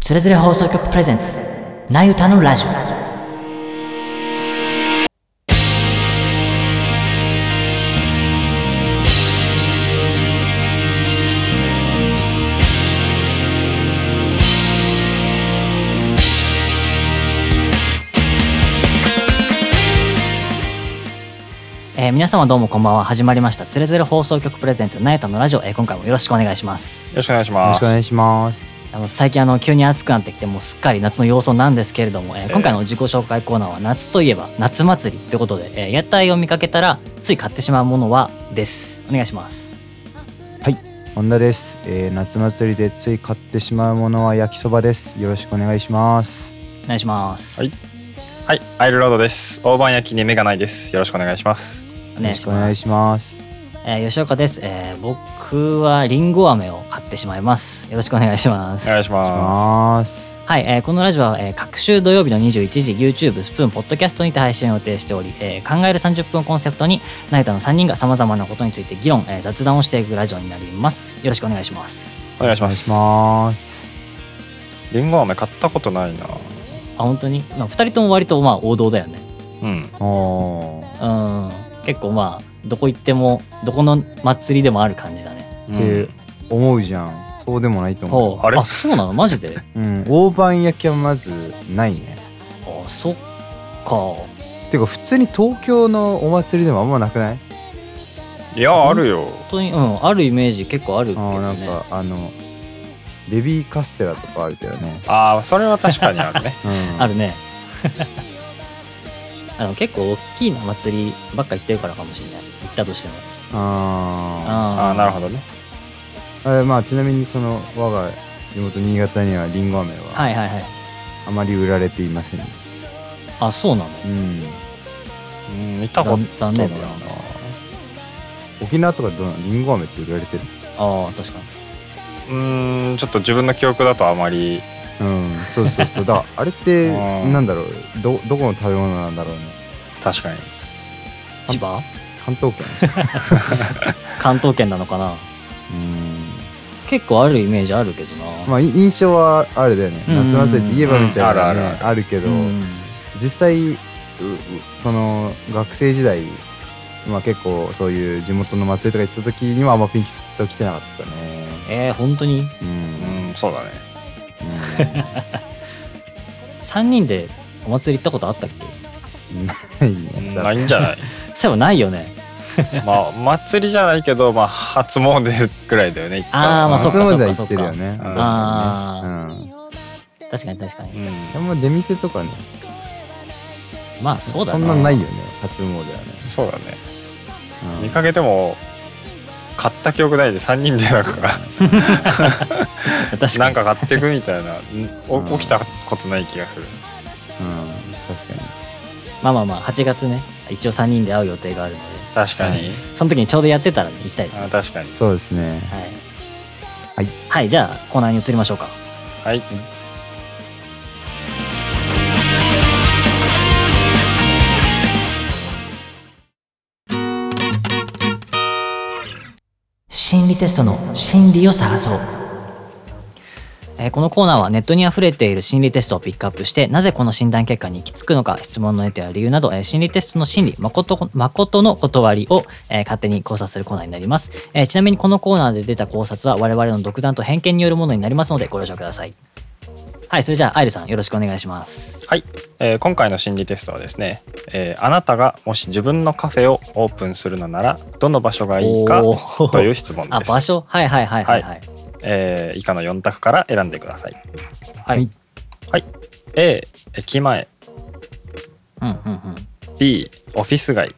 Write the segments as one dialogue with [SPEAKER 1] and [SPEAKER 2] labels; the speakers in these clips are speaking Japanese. [SPEAKER 1] つれづれ放送局プレゼンツなゆたのラジオえー、皆様どうもこんばんは始まりましたつれづれ放送局プレゼンツなゆたのラジオ、えー、今回もよろしくお願いします
[SPEAKER 2] よろしくお願いし
[SPEAKER 3] よろ
[SPEAKER 2] ま
[SPEAKER 3] し
[SPEAKER 2] す。
[SPEAKER 3] くお願いします。
[SPEAKER 1] あの最近あの急に暑くなってきてもうすっかり夏の様相なんですけれども、えー
[SPEAKER 2] ええ
[SPEAKER 1] 今回の自己紹介コーナーは夏といえば夏祭りということで、えー屋台を見かけたらつい買ってしまうものはですお願いします
[SPEAKER 3] 本田です、えー夏祭りでつい買ってしまうものは焼きそばです。よろしくお願いします。
[SPEAKER 1] お願いします、
[SPEAKER 2] はいはい、アイルロードです。大判焼きに目がないです。よろしくお願いします。
[SPEAKER 1] お願いし
[SPEAKER 3] よろくお願
[SPEAKER 1] ま
[SPEAKER 3] い
[SPEAKER 1] す
[SPEAKER 3] します。
[SPEAKER 1] えー吉岡です、えー僕はリンゴ飴を買ってしまいますよろしくお願いします
[SPEAKER 2] お願いし
[SPEAKER 3] お願いし
[SPEAKER 2] ま
[SPEAKER 3] ます。
[SPEAKER 1] はい、えーこのラジオは、えー各週土曜日の21時 YouTube スプーンポッドキャストにて配信を予定しており、えー考える30分をコンセプトにナイタの3人がさまざまなことについて議論、えー雑談をしていくラジオになりますよろしくお願いします
[SPEAKER 2] す。お願いし
[SPEAKER 3] お
[SPEAKER 2] ま
[SPEAKER 3] 願い
[SPEAKER 2] す
[SPEAKER 3] し。ます。
[SPEAKER 2] リンゴ飴買ったことないな。
[SPEAKER 1] あ本当に、まあ、2人とも割とまあ王道だよね
[SPEAKER 2] うん。
[SPEAKER 3] お
[SPEAKER 1] う
[SPEAKER 3] ー
[SPEAKER 1] ん結構まあどこ行ってもどこの祭りでもある感じだね
[SPEAKER 2] う
[SPEAKER 3] って
[SPEAKER 2] ん
[SPEAKER 3] 思うじゃん。そうでもないと思
[SPEAKER 1] ほう
[SPEAKER 2] あれ
[SPEAKER 1] そうなのマ ジで
[SPEAKER 3] う。うん、大判焼きはまずないね。
[SPEAKER 1] あそっか
[SPEAKER 3] てか普通に東京のお祭りでもあんまなくない？
[SPEAKER 2] いや、あるよ。
[SPEAKER 1] 本当にうんあるイメージ結構あるけ
[SPEAKER 3] あ
[SPEAKER 1] ど
[SPEAKER 3] ーなん
[SPEAKER 1] ね
[SPEAKER 3] かあのベビーカステラとかあるけどね。。
[SPEAKER 2] ああ、それは確かにあるね
[SPEAKER 3] うん、
[SPEAKER 1] あるね あの結構大きいな祭りばっか行ってるからかもしれない行ったとしても
[SPEAKER 3] あ
[SPEAKER 2] ああ、なるほ
[SPEAKER 1] ど
[SPEAKER 2] どね。
[SPEAKER 3] ーあれ。まあちなみにその我が地元新潟にはリンゴ飴は
[SPEAKER 1] はいはいはい
[SPEAKER 3] あまり売られていません。
[SPEAKER 1] あそうなの
[SPEAKER 3] うん。
[SPEAKER 2] うん、見たことない
[SPEAKER 1] 残残念だな
[SPEAKER 2] な。
[SPEAKER 3] 沖縄とかどうなのリンゴ飴って売られてる。
[SPEAKER 1] ああ確かに
[SPEAKER 2] うーん、ちょっと自分の記憶だとあまり。
[SPEAKER 3] うん。そうそうそう。だから あれって
[SPEAKER 2] あー
[SPEAKER 3] なんだろう。どどこの食べ物なんだろうね。
[SPEAKER 2] 確かに。
[SPEAKER 1] 千葉
[SPEAKER 3] 関東圏。
[SPEAKER 1] 関東圏なのかな
[SPEAKER 3] うん。
[SPEAKER 1] 結構あるイメージあるけどな、
[SPEAKER 3] まあい印象はあれだよね。
[SPEAKER 1] うん
[SPEAKER 3] 夏祭りって言えばみたいなの
[SPEAKER 2] うんある
[SPEAKER 3] ね
[SPEAKER 2] あるある
[SPEAKER 3] あるけど、
[SPEAKER 1] うん
[SPEAKER 3] 実際ううその学生時代。まあ結構そういう地元の祭りとか行ってた時にはあんまピンと来てなかったね。
[SPEAKER 1] えー、本当に
[SPEAKER 3] う。
[SPEAKER 2] うんん、そうだね。
[SPEAKER 1] 3人でお祭り行ったことあったっけ
[SPEAKER 3] うん、ない
[SPEAKER 2] う
[SPEAKER 3] ね
[SPEAKER 2] んないんじゃない。
[SPEAKER 1] そういえばないよね
[SPEAKER 2] まあ、祭りじゃないけど、まあ、初詣ぐらいだよね。行ったの
[SPEAKER 1] あーまあそ
[SPEAKER 3] そっ
[SPEAKER 1] うかそ
[SPEAKER 3] かそうう
[SPEAKER 1] か
[SPEAKER 3] か
[SPEAKER 1] そか
[SPEAKER 3] そううか。ね
[SPEAKER 2] うん
[SPEAKER 1] あ
[SPEAKER 3] う
[SPEAKER 1] あ
[SPEAKER 3] ん。
[SPEAKER 1] 確かに確かに、
[SPEAKER 2] うん。
[SPEAKER 3] あんま出店とかね、
[SPEAKER 1] まあそうだ
[SPEAKER 3] そんなんないよね、初詣はね。
[SPEAKER 2] そうだね。
[SPEAKER 3] うん
[SPEAKER 2] 見かけても。買った記憶ないで、三人でなんか。
[SPEAKER 1] 確かに
[SPEAKER 2] なんか買っていくみたいなお
[SPEAKER 3] うん
[SPEAKER 2] 起きたことない気がする
[SPEAKER 3] うん、確かに。
[SPEAKER 1] まあまあまあ8月ね一応3人で会う予定があるの
[SPEAKER 2] 確かに
[SPEAKER 1] でその時にちょうどやってたら、ね、行きたいですね
[SPEAKER 2] あ確かに
[SPEAKER 3] そうですね。
[SPEAKER 1] はい、
[SPEAKER 3] はい
[SPEAKER 1] じゃあコーナーに移りましょうか
[SPEAKER 2] はい
[SPEAKER 1] 心理テストの心理を探そう、えーこのコーナーはネットにあふれている心理テストをピックアップしてなぜこの診断結果に行き着くのか質問の意図や理由など、えー心理テストの心理誠誠の断りを、えー勝手に考察するコーナーになります、えーちなみにこのコーナーで出た考察は我々の独断と偏見によるものになりますのでご了承くださいはいそれじゃあアイルさんよろしくお願いします
[SPEAKER 2] はい、えー今回の心理テストはですね、えーあなたがもし自分のカフェをオープンするのならどの場所がいいか
[SPEAKER 1] おー
[SPEAKER 2] という質問
[SPEAKER 1] あ
[SPEAKER 2] です
[SPEAKER 1] 場所はいはいはいはいはい
[SPEAKER 2] えー以下の4択から選んでください
[SPEAKER 1] はい
[SPEAKER 2] A 駅前
[SPEAKER 1] うんうんうん
[SPEAKER 2] B オフィス街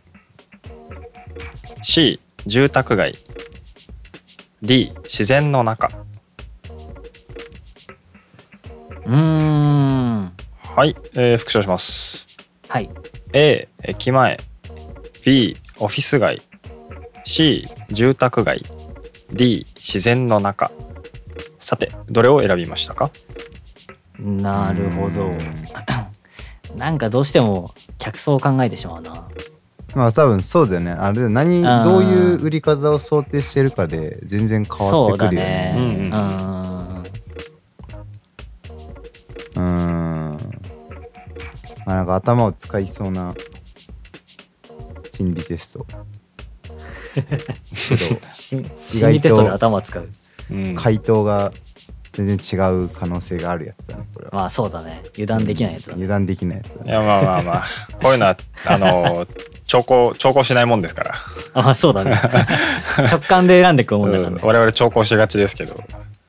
[SPEAKER 2] C 住宅街 D 自然の中
[SPEAKER 1] うーん。
[SPEAKER 2] はい、えー復唱します
[SPEAKER 1] はい。
[SPEAKER 2] A 駅前 B オフィス街 C 住宅街 D 自然の中さてどれを選びましたか
[SPEAKER 1] なるほ
[SPEAKER 3] う
[SPEAKER 1] ど
[SPEAKER 3] ん。
[SPEAKER 1] なんかどうしても客層を考えてしまうな。
[SPEAKER 3] まあ多分そうだよね。あれ何
[SPEAKER 1] あー
[SPEAKER 3] どういう売り方を想定してるかで全然変わってくるよね。
[SPEAKER 1] そうだね
[SPEAKER 2] うん
[SPEAKER 1] うーん。
[SPEAKER 3] まあなんか頭を使いそうな心理テスト。けど
[SPEAKER 1] 心
[SPEAKER 3] と
[SPEAKER 1] 心理テストで頭を使う。
[SPEAKER 2] うん
[SPEAKER 3] 回答が全然違う可能性があるやつだね、これは。
[SPEAKER 1] まあそうだね。油断できないやつだね。
[SPEAKER 3] 油断できないやつだ
[SPEAKER 2] い
[SPEAKER 3] ね。
[SPEAKER 2] やまあまあまあ こういうのはあの兆候兆候しないもんですから、
[SPEAKER 1] あそう だね。直感で選んでくるもんだから
[SPEAKER 2] うん
[SPEAKER 1] ね。
[SPEAKER 2] 我々兆候しがちですけど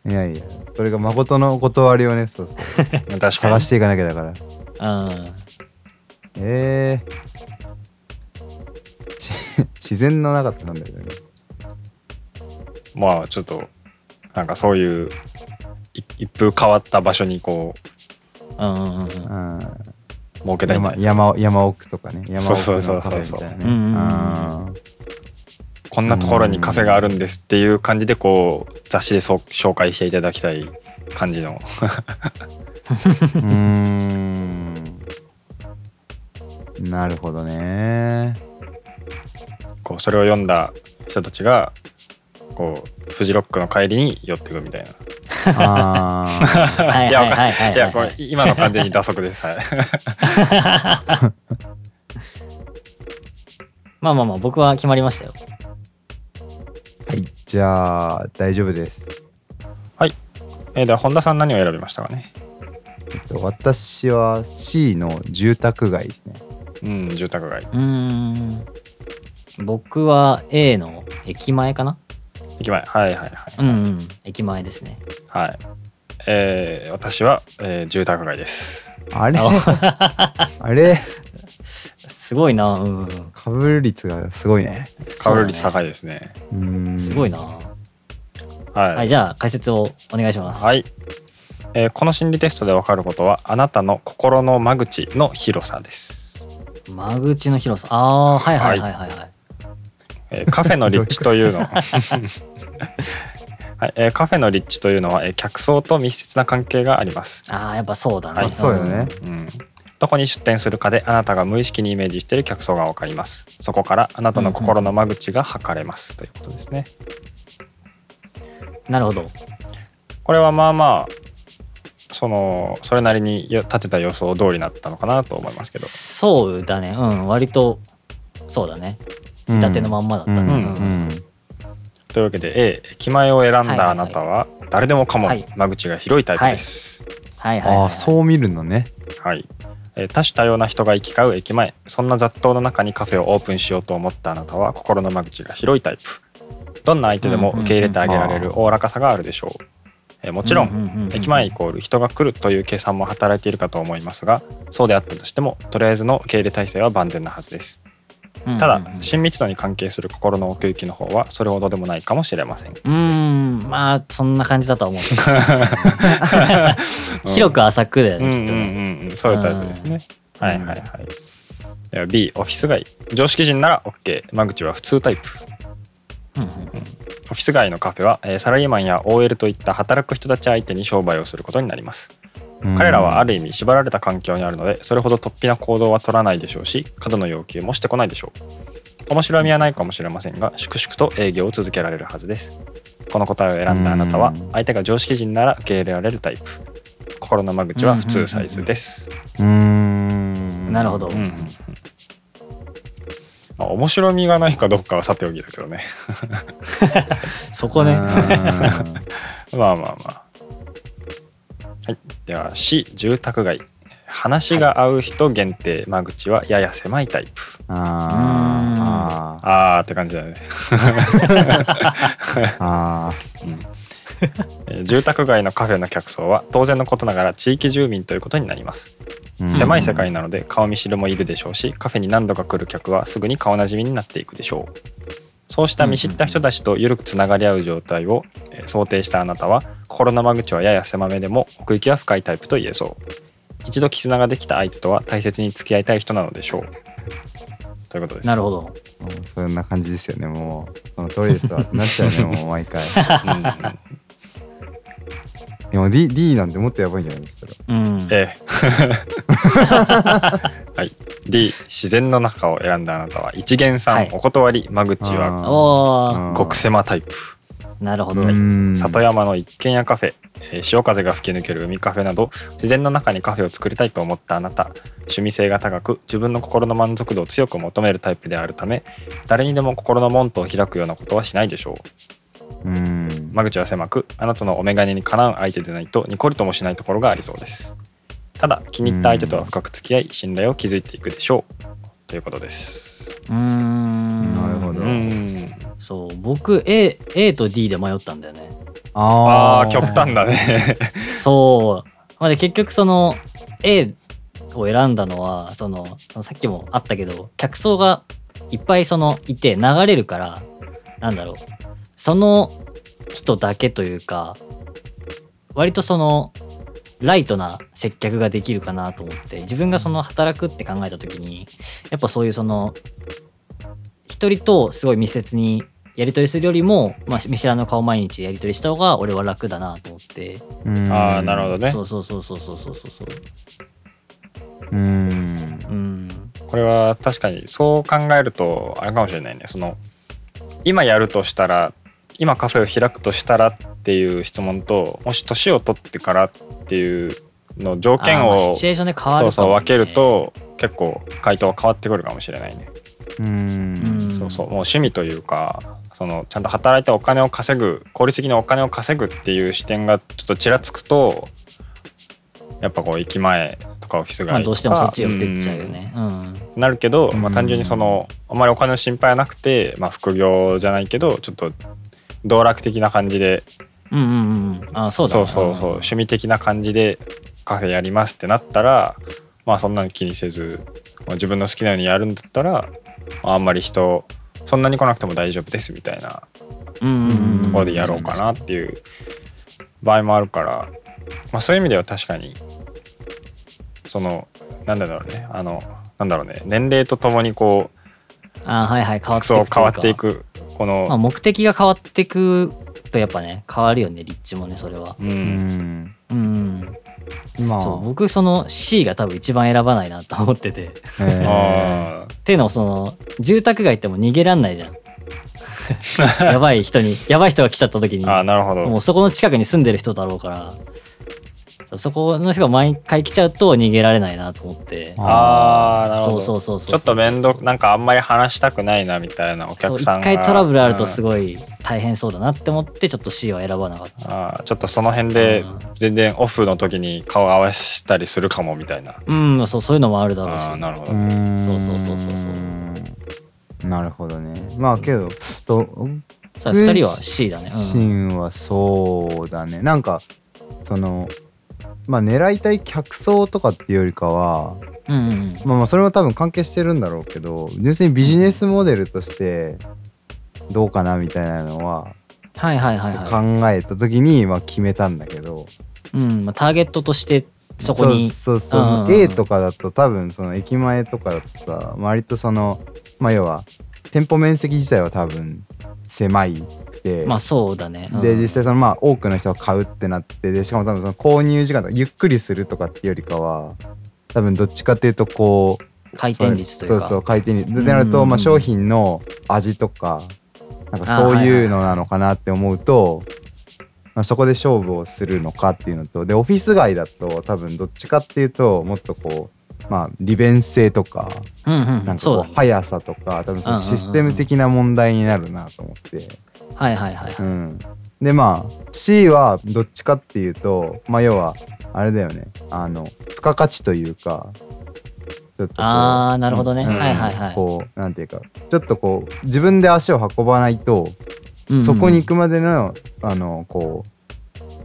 [SPEAKER 3] いやいや、それが誠のお断りをね、そうそう。
[SPEAKER 2] 確かに
[SPEAKER 3] 探していかなきゃだから。
[SPEAKER 1] うん。
[SPEAKER 3] ええし自然の中ってなんだよね。
[SPEAKER 2] まあちょっとなんかそういうい一風変わった場所にこう
[SPEAKER 1] うんうんうんうん。
[SPEAKER 3] うん
[SPEAKER 2] 設けたいん
[SPEAKER 3] 山
[SPEAKER 2] だ
[SPEAKER 3] 山山奥とかね山奥
[SPEAKER 2] そうそうそ
[SPEAKER 3] の
[SPEAKER 2] う
[SPEAKER 3] カフェみたい
[SPEAKER 1] そううんうんうん
[SPEAKER 3] なね
[SPEAKER 2] こんなところにカフェがあるんですっていう感じでこう雑誌でそう紹介していただきたい感じの
[SPEAKER 3] うんうーんなるほどね
[SPEAKER 2] こうそれを読んだ人たちがこうフジロックの帰りに寄ってくみたいな。
[SPEAKER 3] あ ー
[SPEAKER 1] はいい
[SPEAKER 2] や
[SPEAKER 1] はい
[SPEAKER 2] わかん
[SPEAKER 1] はいはい
[SPEAKER 2] いやこ
[SPEAKER 1] は
[SPEAKER 2] れ
[SPEAKER 1] い。
[SPEAKER 2] 今の完全に打足です。はい。
[SPEAKER 1] まあまあまあ僕は決まりましたよ。
[SPEAKER 3] はいじゃあ大丈夫です、
[SPEAKER 2] えーでは本田さん何を選びましたかね。
[SPEAKER 3] えっと、私は C の住宅街ですね
[SPEAKER 2] うん住宅街
[SPEAKER 1] うーん。僕は A の駅前かな
[SPEAKER 2] 駅前はいはいはい
[SPEAKER 1] うんうん。駅前ですね。
[SPEAKER 2] はい。えー私は、えー住宅街です。
[SPEAKER 3] あれ
[SPEAKER 1] あ
[SPEAKER 3] あれ
[SPEAKER 1] すごいな。うんうんうん。
[SPEAKER 3] かぶる率がすごいね
[SPEAKER 2] カウル率
[SPEAKER 1] そうだね
[SPEAKER 2] 高いですね。
[SPEAKER 3] うーん
[SPEAKER 1] すごい
[SPEAKER 3] な
[SPEAKER 1] な。
[SPEAKER 2] はい。
[SPEAKER 1] はい、じゃあ解説をお願いします。
[SPEAKER 2] はい。えーこの心理テストでわかることはあなたの心の間口の広さです、
[SPEAKER 1] 間口の広さ。ああー、はいはいはいはいはい。
[SPEAKER 2] えーカフェの立地というのはいえーカフェの立地というのは、えー客層と密接な関係があります、
[SPEAKER 1] ああ、やっぱそうだね。
[SPEAKER 2] はい
[SPEAKER 3] そうよね
[SPEAKER 2] うん、どこに出店するかであなたが無意識にイメージしている客層がわかりますそこからあなたの心の間口が測れます、ということですね
[SPEAKER 1] うん。なるほど。
[SPEAKER 2] これはまあまあそのそれなりによ立てた予想通りだったのかなと思いますけど
[SPEAKER 1] そうだね。うん、割と、そうだね。伊
[SPEAKER 3] 伊
[SPEAKER 1] 達のまんまだったね。
[SPEAKER 3] う
[SPEAKER 1] うん
[SPEAKER 3] うん
[SPEAKER 1] ん
[SPEAKER 3] うん
[SPEAKER 2] というわけで A 駅前を選んだあなたは誰でもかも
[SPEAKER 1] はい
[SPEAKER 2] 間口が広いタイプです。
[SPEAKER 1] はいはいはいはい。
[SPEAKER 3] ああそう見るのね
[SPEAKER 2] はい、えー多種多様な人が行き交う駅前そんな雑踏の中にカフェをオープンしようと思ったあなたは心の間口が広いタイプどんな相手でも受け入れてあげられ
[SPEAKER 3] うんうん
[SPEAKER 2] るおおらかさがあるでしょう、えーもちろん,、
[SPEAKER 1] うんうんうんうん
[SPEAKER 2] 駅前イコール人が来るという計算も働いているかと思いますがそうであったとしてもとりあえずの受け入れ体制は万全なはずです
[SPEAKER 1] うんうんうん。
[SPEAKER 2] ただ親密度に関係する心の奥行きの方はそれほどでもないかもしれません
[SPEAKER 1] うーん、まあ、そんな感じだとは思うけど。 広く浅くだよ
[SPEAKER 2] う
[SPEAKER 1] ね、
[SPEAKER 2] んう
[SPEAKER 1] きっ
[SPEAKER 2] ん
[SPEAKER 1] とね。
[SPEAKER 2] うんうん、そういうタイプですね。
[SPEAKER 3] うん
[SPEAKER 2] はいはいはい。では B、オフィス街。常識人なら OK。間口は普通タイプ。
[SPEAKER 1] うんうん
[SPEAKER 2] オフィス街のカフェは、えーサラリーマンや OL といった働く人たち相手に商売をすることになります。彼らはあ
[SPEAKER 3] る
[SPEAKER 2] る意味縛られた環境にあるので、それほど突飛な行動は取らないでしょうし、過度の要求もしてこないでしょう。面白みはないかもしれませんが、粛々と営業を続けられるはずです。この答えを選んだあなた
[SPEAKER 3] う
[SPEAKER 2] は
[SPEAKER 3] ん、
[SPEAKER 2] 相手が常識人なら受け入れられるタイプ。心の間口は普通サイズです。
[SPEAKER 3] うーん
[SPEAKER 1] なるほど。
[SPEAKER 2] うんまあ、面白みがないかどうかはさておきだけどね
[SPEAKER 1] そこ ね。
[SPEAKER 2] まあまあまあはいでは C 住宅街話が合う人限定間口はやや狭いタイプ
[SPEAKER 3] あー
[SPEAKER 2] あ
[SPEAKER 3] あー
[SPEAKER 2] ーって感じだね、
[SPEAKER 3] あ
[SPEAKER 2] うんえー住宅街のカフェの客層は当然のことながら地域住民ということになります
[SPEAKER 3] ーうん
[SPEAKER 2] 狭い世界なので顔見知りもいるでしょうしカフェに何度か来る客はすぐに顔なじみになっていくでしょうそうした見知った人たちと緩くつながり合う状態をえー想定したあなたは心の間口はやや狭めでも奥行きは深いタイプと言えそう一度絆ができた相手とは大切に付き合いたい人なのでしょうということです
[SPEAKER 1] なるほど。
[SPEAKER 3] うんそんな感じですよねもうその通りですわなっちゃう ねもう毎回
[SPEAKER 2] ど、うん
[SPEAKER 3] でも D, D なんてもっとやばいんじゃないですか
[SPEAKER 1] うん。
[SPEAKER 2] ええ はい、D 自然の中を選んだあなたは一元さん、
[SPEAKER 1] はい
[SPEAKER 2] お断り間口は
[SPEAKER 1] おー、
[SPEAKER 2] 極狭タイプ、
[SPEAKER 1] なるほ
[SPEAKER 3] う
[SPEAKER 1] ど。
[SPEAKER 3] ーん
[SPEAKER 2] 里山の一軒家カフェえー潮風が吹き抜ける海カフェなど自然の中にカフェを作りたいと思ったあなた趣味性が高く自分の心の満足度を強く求めるタイプであるため誰にでも心の門戸を開くようなことはしないでしょう
[SPEAKER 3] うん。
[SPEAKER 2] 間口は狭くあなたのお眼鏡にかなう相手でないとニコリともしないところがありそうですただ気に入った相手とは深く付き合い信頼を築いていくでしょうということです
[SPEAKER 1] うーん
[SPEAKER 3] なるほ
[SPEAKER 2] う
[SPEAKER 3] ど
[SPEAKER 2] ん
[SPEAKER 1] そう僕 A, A と D で迷ったんだよね
[SPEAKER 2] あ
[SPEAKER 3] あ
[SPEAKER 2] あ極端だね
[SPEAKER 1] そうまあで結局その A を選んだのはそのさっきもあったけど客層がいっぱいそのいて流れるからなんだろうその人だけというか割とそのライトな接客ができるかなと思って自分がその働くって考えた時にやっぱそういうその一人とすごい密接にやり取りするよりも、まあ、見知らぬ顔毎日やり取りした方が俺は楽だなと思って
[SPEAKER 3] うん
[SPEAKER 2] ああなるほどね
[SPEAKER 1] そうそうそうそうそうそうそうそう。
[SPEAKER 3] うん。
[SPEAKER 1] うん。
[SPEAKER 2] これは確かにそう考えるとあれかもしれないねその今やるとしたら今カフェを開くとしたらっていう質問ともし年を取ってからっていうの条件
[SPEAKER 1] あーまあ
[SPEAKER 2] を
[SPEAKER 1] シチュエーションで変わるかも、
[SPEAKER 2] そ
[SPEAKER 1] ね、
[SPEAKER 2] うそう分ける。と結構回答は変わってくるかもしれないね、
[SPEAKER 3] う。
[SPEAKER 1] うんん。
[SPEAKER 2] そうそうもう趣味というかそのちゃんと働いてお金を稼ぐ効率的にお金を稼ぐっていう視点がちょっとちらつくとやっぱこう駅前とかオフィス街と
[SPEAKER 1] ま
[SPEAKER 2] か、
[SPEAKER 1] あどうしてもそっち寄ってっちゃうよね。うん。
[SPEAKER 2] なるけど、ま
[SPEAKER 3] う
[SPEAKER 2] あ、
[SPEAKER 3] ん
[SPEAKER 2] 単純にそのあまりお金の心配はなくて、まあ、副業じゃないけどちょっと道楽的な感じで
[SPEAKER 1] うんうんうん。あーそうだ
[SPEAKER 2] そ
[SPEAKER 1] ね。
[SPEAKER 2] うそうそう趣味的な感じでカフェやりますってなったらまあそんなの気にせずまあ自分の好きなようにやるんだったらまああんまり人そんなに来なくても大丈夫ですみたいな
[SPEAKER 1] うんうんうんうん。
[SPEAKER 2] ところでやろうかなっていう場合もあるから、まあ、そういう意味では確かにそのなんだろうねあのなんだろうね年齢とともにこう
[SPEAKER 1] あーはいはい変わっていくとい
[SPEAKER 2] そう
[SPEAKER 1] うか。
[SPEAKER 2] 変わっていくこの、
[SPEAKER 1] まあ目的が変わっていくとやっぱね変わるよね立地もねそれは。
[SPEAKER 2] うん
[SPEAKER 3] うん。
[SPEAKER 1] うん。
[SPEAKER 3] まあ、
[SPEAKER 1] そう僕その C が多分一番選ばないなと思ってて。 っ
[SPEAKER 3] へー
[SPEAKER 2] あ
[SPEAKER 1] ていうのもその住宅街ってもう逃げらんないじゃん。 やばい人にやばい人が来ちゃった時に。
[SPEAKER 2] ーあーなるほ
[SPEAKER 1] も
[SPEAKER 2] ど
[SPEAKER 1] うそこの近くに住んでる人だろうから、そこの人が毎回来ちゃうと逃げられないなと思って。
[SPEAKER 2] ああなるほ
[SPEAKER 1] そ
[SPEAKER 2] ど
[SPEAKER 1] うそうそうそう
[SPEAKER 2] ちょっと面倒なんかあんまり話したくないなみたいな
[SPEAKER 1] そ
[SPEAKER 2] お
[SPEAKER 1] う
[SPEAKER 2] 客
[SPEAKER 1] 一
[SPEAKER 2] さんが
[SPEAKER 1] 回トラブルあるとす
[SPEAKER 2] ごい、
[SPEAKER 1] ごい大変そうだなって思ってちょっと C は選ばなかった。
[SPEAKER 2] うんあーちょっとその辺で
[SPEAKER 1] うん
[SPEAKER 2] 全然オフの時に顔合わせたりするかもみたいな
[SPEAKER 1] うん、そうそういうのもあるだ
[SPEAKER 2] あ
[SPEAKER 1] ろうし。
[SPEAKER 2] ーなるほど、
[SPEAKER 3] うん
[SPEAKER 1] そうそうそうそうそう
[SPEAKER 3] なるほどねまあけどそう
[SPEAKER 1] そう2人は C だね。
[SPEAKER 3] シーンはそうだねなんかそのまあ狙いたい客層とかっていうよりかは
[SPEAKER 1] うん。うんうん
[SPEAKER 3] まあまあそれも多分関係してるんだろうけど純粋にビジネスモデルとしてどうかなみたいなのは
[SPEAKER 1] はいはいはいは
[SPEAKER 3] 考えた時にまあ決めたんだけど
[SPEAKER 1] い。うん、まあ、ターゲットとしてそこに。
[SPEAKER 3] そうそう
[SPEAKER 1] うんうん
[SPEAKER 3] そううん A とかだと多分その駅前とかだとさ割とそのまあ要は店舗面積自体は多分狭いくて、
[SPEAKER 1] まあそうだね。うん
[SPEAKER 3] で実際そのまあ多くの人が買うってなってでしかも多分その購入時間とかゆっくりするとかっていうよりかは多分どっちかっていうとこう
[SPEAKER 1] 回転率というか。
[SPEAKER 3] そうそう回転率でなると
[SPEAKER 1] うん
[SPEAKER 3] まあ商品の味とかなんかそういうのなのかなって思うとまあ、そこで勝負をするのかっていうのとでオフィス街だと多分どっちかっていうともっとこうまあ利便性とか
[SPEAKER 1] うんう
[SPEAKER 3] なん
[SPEAKER 1] ん、
[SPEAKER 3] かこ
[SPEAKER 1] そう
[SPEAKER 3] う
[SPEAKER 1] だね。
[SPEAKER 3] 速さとか多分そ
[SPEAKER 1] うんうんうん
[SPEAKER 3] の
[SPEAKER 1] うん
[SPEAKER 3] システム的な問題になるなと思って。
[SPEAKER 1] はいはいはいはい。
[SPEAKER 3] うん、でまあ C はどっちかっていうとまあ要はあれだよねあの付加価値というかちょっとこう
[SPEAKER 1] あーなるほどね
[SPEAKER 3] うん
[SPEAKER 1] はいはいはい
[SPEAKER 3] こうなんていうかちょっとこう自分で足を運ばない
[SPEAKER 1] う
[SPEAKER 3] と、
[SPEAKER 1] んうん
[SPEAKER 3] そこに行くまでのあのこう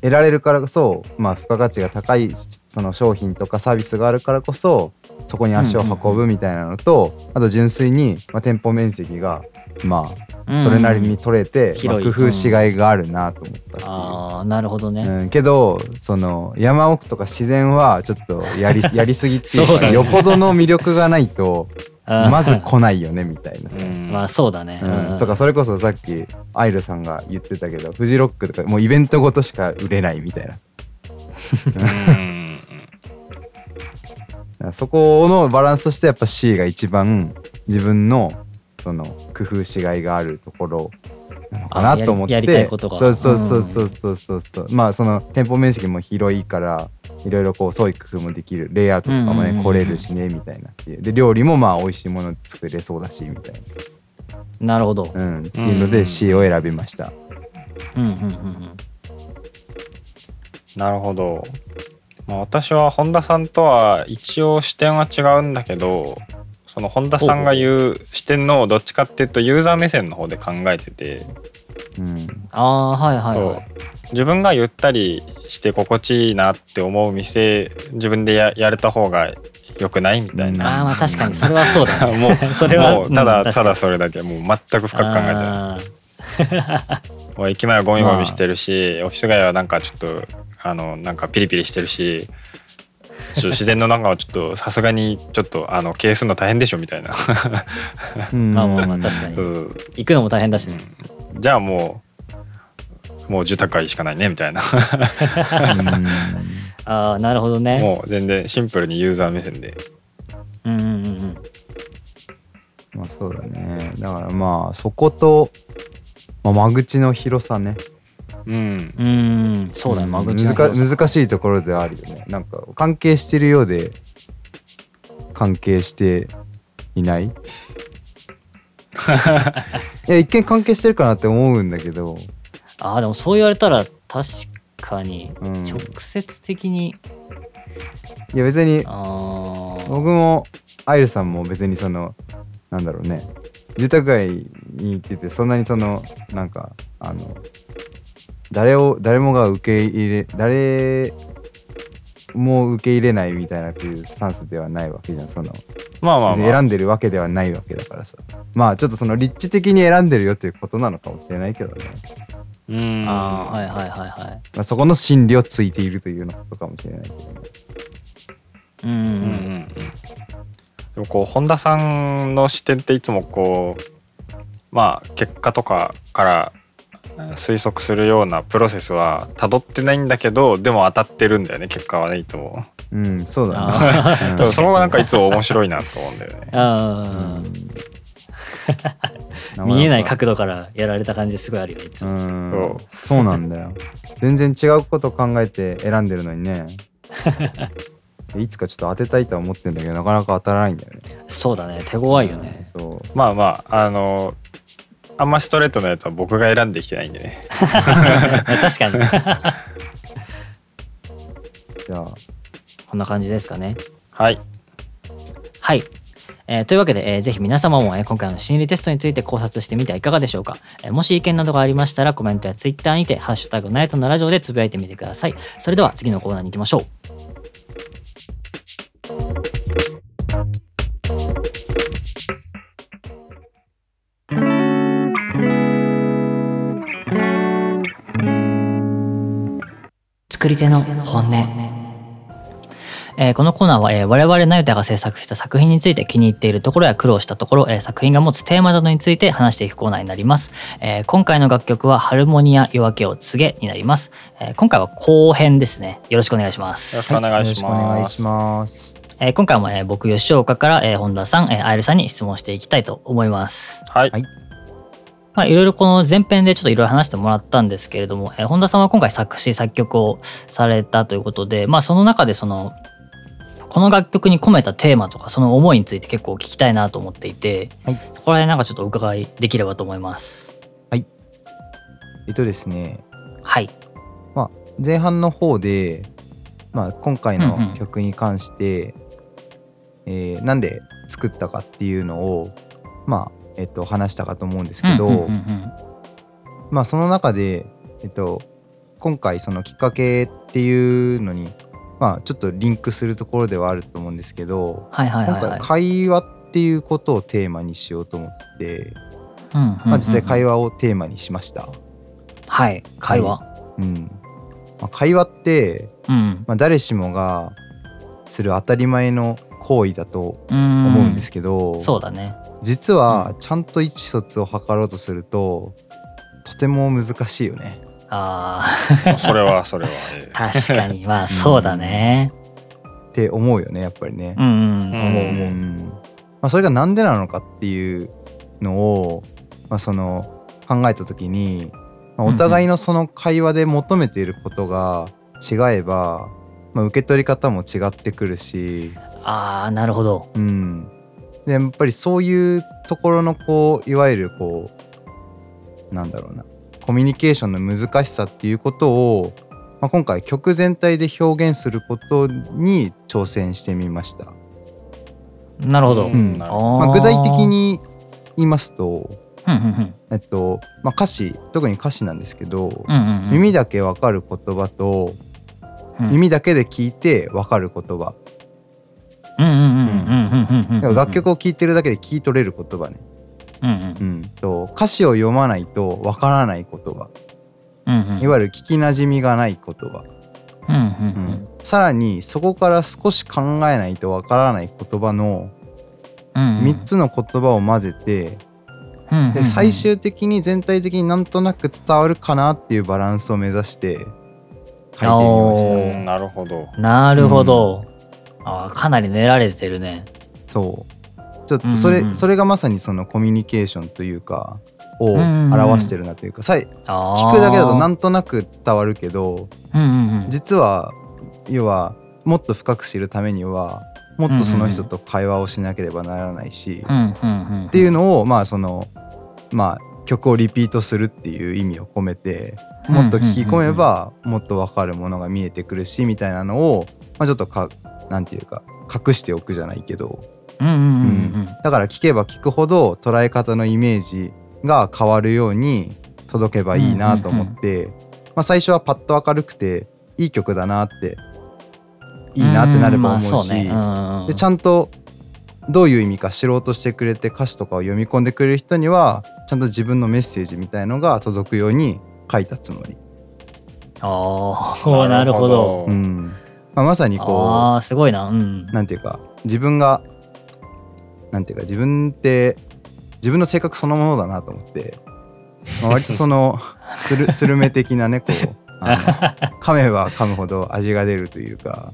[SPEAKER 3] 得られるからこそ、まあ、付加価値が高いその商品とかサービスがあるからこそそこに足を運ぶみたいなのと、あと純粋に、まあ、店舗面積がまあそれなりに取れて、まあ
[SPEAKER 1] 広い
[SPEAKER 3] 工夫しがいがあるなと思ったっ
[SPEAKER 1] ああなるほど
[SPEAKER 3] て
[SPEAKER 1] ね、
[SPEAKER 3] いう、うんけどその山奥とか自然はちょっと やりやりすぎってい
[SPEAKER 1] そう
[SPEAKER 3] う
[SPEAKER 1] だ
[SPEAKER 3] か
[SPEAKER 1] ね
[SPEAKER 3] よほどの魅力がないと
[SPEAKER 1] あー
[SPEAKER 3] まず来ないよねみたいな。
[SPEAKER 2] うん
[SPEAKER 1] まあそうだね、
[SPEAKER 3] うん、とかそれこそさっきアイルさんが言ってたけどフジロックとかもうイベントごとしか売れないみたいなだ
[SPEAKER 2] うん
[SPEAKER 3] からそこのバランスとしてやっぱ C が一番自分のその工夫しがいがあるところなのかなと思って
[SPEAKER 1] あやりやりたいことが
[SPEAKER 3] そうそうそうそうそうそうそうまあその店舗面積も広いからいろいろこう創意工夫もできるレイアウトとかも
[SPEAKER 1] うんうんうんう
[SPEAKER 3] ね
[SPEAKER 1] ん
[SPEAKER 3] 来れるしねみたいなっていうで料理もまあ美味しいもの作れそうだしみたい
[SPEAKER 1] なるほど。
[SPEAKER 3] な、うん、っていうので C を選びました、
[SPEAKER 1] うんうんうん
[SPEAKER 2] なるほど。まあ、私は本田さんとは一応視点は違うんだけどその本田さんが言う視点のどっちかっていうとユーザー目線の方で考えてて、
[SPEAKER 3] うん
[SPEAKER 1] ああーはいはいはい。
[SPEAKER 2] そう自分がゆったりして心地いいなって思う店自分でややれた方が良くないみたい
[SPEAKER 1] あ
[SPEAKER 2] な、
[SPEAKER 1] あまあ確かにそれはそうだね。
[SPEAKER 2] もう
[SPEAKER 1] それは
[SPEAKER 2] もうただ、
[SPEAKER 1] うん確か
[SPEAKER 2] た
[SPEAKER 1] に
[SPEAKER 2] だそれだけもう全く 深く考えてない。
[SPEAKER 1] あー
[SPEAKER 2] もう駅前はゴミゴミしてるし、オフィス街はなんかちょっとあのなんかピリピリしてるしちょっと自然の中はちょっとさすがにちょっとあの経営するの大変でしょみたいな
[SPEAKER 3] うん
[SPEAKER 1] まあまあまあ確か
[SPEAKER 2] う
[SPEAKER 1] に
[SPEAKER 2] ん
[SPEAKER 1] 行くのも大変だしね。
[SPEAKER 2] じゃあもうもう住宅街しかないねみたいな
[SPEAKER 1] ああなるほどね。
[SPEAKER 2] もう全然シンプルにユーザー目線で
[SPEAKER 1] うんうんうんうん。
[SPEAKER 3] まあそうだねだからまあそこと、まあ、間口の広さね
[SPEAKER 2] うん
[SPEAKER 1] うーん、そうだね、間口の
[SPEAKER 3] 難
[SPEAKER 1] 広さ
[SPEAKER 3] 難しいところではあるよねなんか関係してるようで関係してい ないいや一見関係してるかなって思うんだけど
[SPEAKER 1] ああ、でもそう言われたら確かに
[SPEAKER 3] うん
[SPEAKER 1] 直接的に、
[SPEAKER 3] いや別に
[SPEAKER 1] ああ、
[SPEAKER 3] 僕もアイルさんも別にそのなんだろうね住宅街に行っててそんなにそのなんかあの誰を誰もが受け入れ誰も受け入れないみたいなというスタンスではないわけじゃんその
[SPEAKER 2] まあまあ
[SPEAKER 3] 別に
[SPEAKER 2] まあ
[SPEAKER 3] 選んでるわけではないわけだからさまあちょっとその立地的に選んでるよっていうことなのかもしれないけどね、
[SPEAKER 2] うん
[SPEAKER 1] ああー、はいはいはいはい。
[SPEAKER 3] まあ、そこの心理をついているというのことかもしれないけどね
[SPEAKER 1] うんう
[SPEAKER 2] うんうん
[SPEAKER 1] ん
[SPEAKER 2] うんでもこう本田さんの視点っていつもこうまあ結果とかから推測するようなプロセスは辿ってないんだけどでも当たってるんだよね結果はねいつも
[SPEAKER 3] うんそうだね
[SPEAKER 1] あ
[SPEAKER 3] う
[SPEAKER 1] 確
[SPEAKER 3] ん
[SPEAKER 1] かに
[SPEAKER 2] そこがなんかいつも面白いなと思うんだよね
[SPEAKER 1] ーあー、見えない角度からやられた感じすごいあるよね、いつ
[SPEAKER 3] う
[SPEAKER 1] も。
[SPEAKER 3] んそうなんだ よ全然違うこと考えて選んでるのにねいつかちょっと当てたいとは思ってんだけどなかなか当たらないんだよね
[SPEAKER 1] そうだね、手強いよね。
[SPEAKER 3] そう
[SPEAKER 2] まあまああのあんまストレートなやつは僕が選んできてないんでね
[SPEAKER 1] 確かに。
[SPEAKER 3] じゃあ
[SPEAKER 1] こんな感じですかね。
[SPEAKER 2] はい
[SPEAKER 1] はい。えーというわけで、えーぜひ皆様も、えー今回の心理テストについて考察してみてはいかがでしょうか、えーもし意見などがありましたらコメントやツイッターにて「ハッシュタグナイトのラジオ」でつぶやいてみてくださいそれでは次のコーナーに行きましょう作り手の本音えーこのコーナーは、えー我々ナユタが制作した作品について気に入っているところや苦労したところ、えー作品が持つテーマなどについて話していくコーナーになります、えー今回の楽曲は「ハルモニア夜明けを告げ」になります、えー今回は後編ですねよろしくお願いします
[SPEAKER 2] よろしくお願いします、
[SPEAKER 3] よろくお願いします
[SPEAKER 1] えー今回も、えー僕吉岡から、えー本田さん、えーアイルさんに質問していきたいと思います。
[SPEAKER 2] はい、
[SPEAKER 3] はい
[SPEAKER 1] まあ、いろいろこの前編でちょっといろいろ話してもらったんですけれども、えー本田さんは今回作詞作曲をされたということで、まあ、その中でそのこの楽曲に込めたテーマとかその思いについて結構聞きたいなと思っていて、
[SPEAKER 3] はい
[SPEAKER 1] そこら辺なんかちょっとお伺いできればと思います。
[SPEAKER 3] えっとですね
[SPEAKER 1] はい。
[SPEAKER 3] まあ、前半の方で、まあ、今回
[SPEAKER 1] うんう
[SPEAKER 3] の
[SPEAKER 1] ん
[SPEAKER 3] 曲に関して、えーなんで作ったかっていうのを、まあえっと、話したかと思うんですけど、
[SPEAKER 1] うんうんうんうん
[SPEAKER 3] まあ、その中で、えっと、今回そのきっかけっていうのに、まあ、ちょっとリンクするところではあると思うんですけど、
[SPEAKER 1] はいはいはい
[SPEAKER 3] 今
[SPEAKER 1] はい。
[SPEAKER 3] 回会話っていうことをテーマにしようと思って、
[SPEAKER 1] うんうんうん
[SPEAKER 3] まあ、実際会話をテーマにしました。
[SPEAKER 1] はい会話。
[SPEAKER 3] うんまあ、会話って
[SPEAKER 1] うん。
[SPEAKER 3] まあ、誰しもがする当たり前の行為だと思うんですけど、
[SPEAKER 1] そうだね。
[SPEAKER 3] 実はちゃんと意思疎通を図ろうとするととても難しいよね。
[SPEAKER 1] ああ。
[SPEAKER 2] それはそれは、えー
[SPEAKER 1] 確かにまあそうだね
[SPEAKER 3] って思うよねやっぱりね
[SPEAKER 1] う。んうん
[SPEAKER 2] 思う
[SPEAKER 3] う
[SPEAKER 2] 思うん
[SPEAKER 3] まあ、それがなんでなのかっていうのを、まあ、その考えた時に、まあお互いのその会話で求めていることが違えば、まあ、受け取り方も違ってくるし、
[SPEAKER 1] ああなるほど
[SPEAKER 3] うん、でやっぱりそういうところのこういわゆるこうなんだろうなコミュニケーションの難しさっていうことを、まあ、今回曲全体で表現することに挑戦してみました。
[SPEAKER 1] なるほど、
[SPEAKER 2] う
[SPEAKER 1] うん
[SPEAKER 2] ん
[SPEAKER 1] あ
[SPEAKER 2] なるほ
[SPEAKER 1] ー
[SPEAKER 3] まあ、具体的に言いますと、
[SPEAKER 1] うんうん
[SPEAKER 3] えっとまあ、歌詞特に歌詞なんですけど、
[SPEAKER 1] うんうんうん
[SPEAKER 3] 耳だけわかる言葉と、
[SPEAKER 1] うん
[SPEAKER 3] 耳だけで聞いてわかる言葉、
[SPEAKER 1] うんうんうんうんうんうんうん
[SPEAKER 3] でも楽曲を聴いてるだけで聞い取れる言葉ね、
[SPEAKER 1] うんうん
[SPEAKER 3] うん、と歌詞を読まないとわからない言葉
[SPEAKER 1] うんうん
[SPEAKER 3] いわゆる聞きなじみがない言葉、
[SPEAKER 1] うんうん
[SPEAKER 3] う
[SPEAKER 1] うん
[SPEAKER 3] ん、さらにそこから少し考えないとわからない言葉の
[SPEAKER 1] うんうん
[SPEAKER 3] 3つの言葉を混ぜて
[SPEAKER 1] うんうんう
[SPEAKER 3] で
[SPEAKER 1] ん
[SPEAKER 3] 最終的に全体的になんとなく伝わるかなっていうバランスを目指して書いてみまし
[SPEAKER 1] お
[SPEAKER 2] う
[SPEAKER 1] ー
[SPEAKER 2] んなるほど。
[SPEAKER 1] なるほど、あーかなり練られてるね
[SPEAKER 3] たそうちょっとそれ,、
[SPEAKER 1] うんうん
[SPEAKER 3] それがまさにそのコミュニケーションというかを
[SPEAKER 1] うんうん
[SPEAKER 3] 表してるなというかさい
[SPEAKER 1] あー
[SPEAKER 3] 聞くだけだとなんとなく伝わるけど
[SPEAKER 1] うんうんうん
[SPEAKER 3] 実は要はもっと深く知るためにはもっとその人と会話をしなければならないし、
[SPEAKER 1] う
[SPEAKER 3] っ
[SPEAKER 1] んうんうんうん
[SPEAKER 3] ていうのをまあそのまあ曲をリピートするっていう意味を込めてもっと聞き込めばもっと分かるものが見えてくるしみたいなのを、まあ、ちょっとかなんていうか隠しておくじゃないけど
[SPEAKER 1] うんうんうんうん
[SPEAKER 3] だから聞けば聞くほど捉え方のイメージが変わるように届けばいいなと思って、まあ、最初はパッと明るくていい曲だなっていいなってなれば思うし、
[SPEAKER 1] んまあそうねうんうん
[SPEAKER 3] でちゃんとどういう意味か知ろうとしてくれて歌詞とかを読み込んでくれる人にはちゃんと自分のメッセージみたいのが届くように書いたつもり、
[SPEAKER 1] ああなるほど。
[SPEAKER 3] うんまあ、まさにこ
[SPEAKER 1] ああすごいなうん
[SPEAKER 3] うなんていうか自分がなんていうか自分って自分の性格そのものだなと思って、まあ割と そのスルスルメ的なねこうあの噛めば噛むほど味が出るというか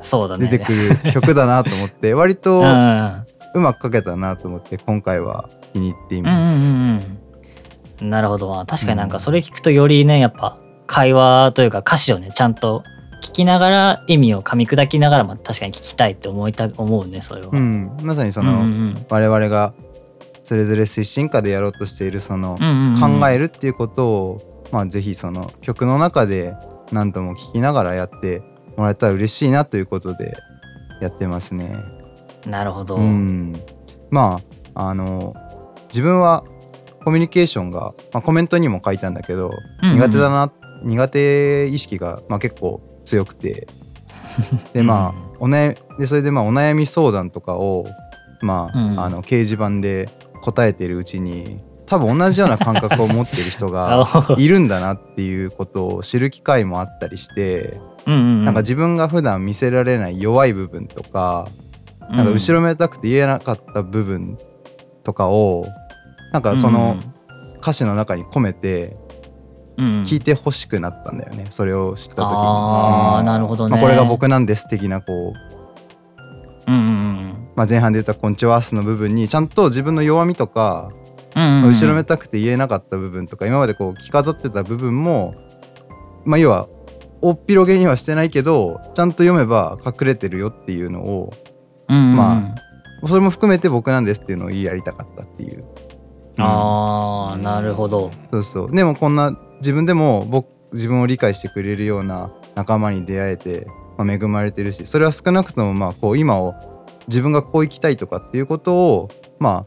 [SPEAKER 1] そうだ
[SPEAKER 3] 出
[SPEAKER 1] ね
[SPEAKER 3] てくる曲だなと思って割と
[SPEAKER 1] うん
[SPEAKER 3] うまく書けたなと思って今回は気に入ってい
[SPEAKER 1] うんうん
[SPEAKER 3] ます。
[SPEAKER 1] うんなるほど確かになんかそれ聞くとよりねやっぱ会話というか歌詞をねちゃんと聞きながら意味を噛み砕きながらも確かに聞きたいって思いた思うねそれは。
[SPEAKER 3] うん、まさにそ
[SPEAKER 1] うんう
[SPEAKER 3] の、
[SPEAKER 1] ん
[SPEAKER 3] 我々がそれぞれ推進下でやろうとしているその
[SPEAKER 1] う、んうんうん
[SPEAKER 3] 考えるっていうことを、まあ、ぜひその曲の中で何度も聴きながらやってもらえたら嬉しいなということでやってますね。
[SPEAKER 1] なるほど。
[SPEAKER 3] う
[SPEAKER 1] うん
[SPEAKER 3] ん、まああの自分はコミュニケーションが、まあ、コメントにも書いたんだけど、
[SPEAKER 1] うんうん
[SPEAKER 3] 苦手だな苦手意識が、まあ、結構強く てでまあお悩みでそれでまあお悩み相談とかを、まあ
[SPEAKER 1] うん
[SPEAKER 3] あの掲示板で答えてるうちに多分同じような感覚を持ってる 人がいるんだなっていうことを知る機会もあったりして、
[SPEAKER 1] な
[SPEAKER 3] なんか自分が普段見せられない弱い部分とか
[SPEAKER 1] 分
[SPEAKER 3] なんか後ろめたくて言えなかった部分とかをなんかその歌詞の中に込めて聞
[SPEAKER 1] 聞
[SPEAKER 3] いてほしくなったんだよねそれを知った時に。
[SPEAKER 1] ああなるほど
[SPEAKER 3] うん
[SPEAKER 1] ね。
[SPEAKER 3] まあ、これが僕なんです的なこう、
[SPEAKER 1] うんうんうん
[SPEAKER 3] まあ、前半で言った「こんちは」の部分にちゃんと自分の弱みとか、
[SPEAKER 1] うんうん
[SPEAKER 3] 後ろめたくて言えなかった部分とか今までこう着飾ってた部分も、まあ、要は大っ広げにはしてないけどちゃんと読めば隠れてるよっていうのをまあ
[SPEAKER 1] ま
[SPEAKER 3] それも含めて僕なんですっていうのを言いやりたかったっていう。うん
[SPEAKER 1] ああーなるほど。
[SPEAKER 3] そうそうでもこんな自分でも僕自分を理解してくれるような仲間に出会えて、まあ、恵まれてるしそれは少なくともまあこう今を自分がこう生きたいとかっていうことをまあ